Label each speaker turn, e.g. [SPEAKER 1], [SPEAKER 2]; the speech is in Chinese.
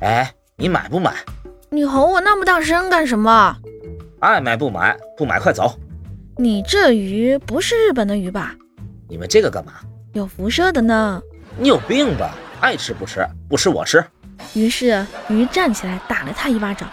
[SPEAKER 1] 哎，你买不买？
[SPEAKER 2] 你吼我那么大声干什么？
[SPEAKER 1] 爱买不买，不买快走！
[SPEAKER 2] 你这鱼不是日本的鱼吧？
[SPEAKER 1] 你们这个干嘛？
[SPEAKER 2] 有辐射的呢。
[SPEAKER 1] 你有病吧？爱吃不吃，不吃我吃。
[SPEAKER 2] 于是鱼站起来打了他一巴掌，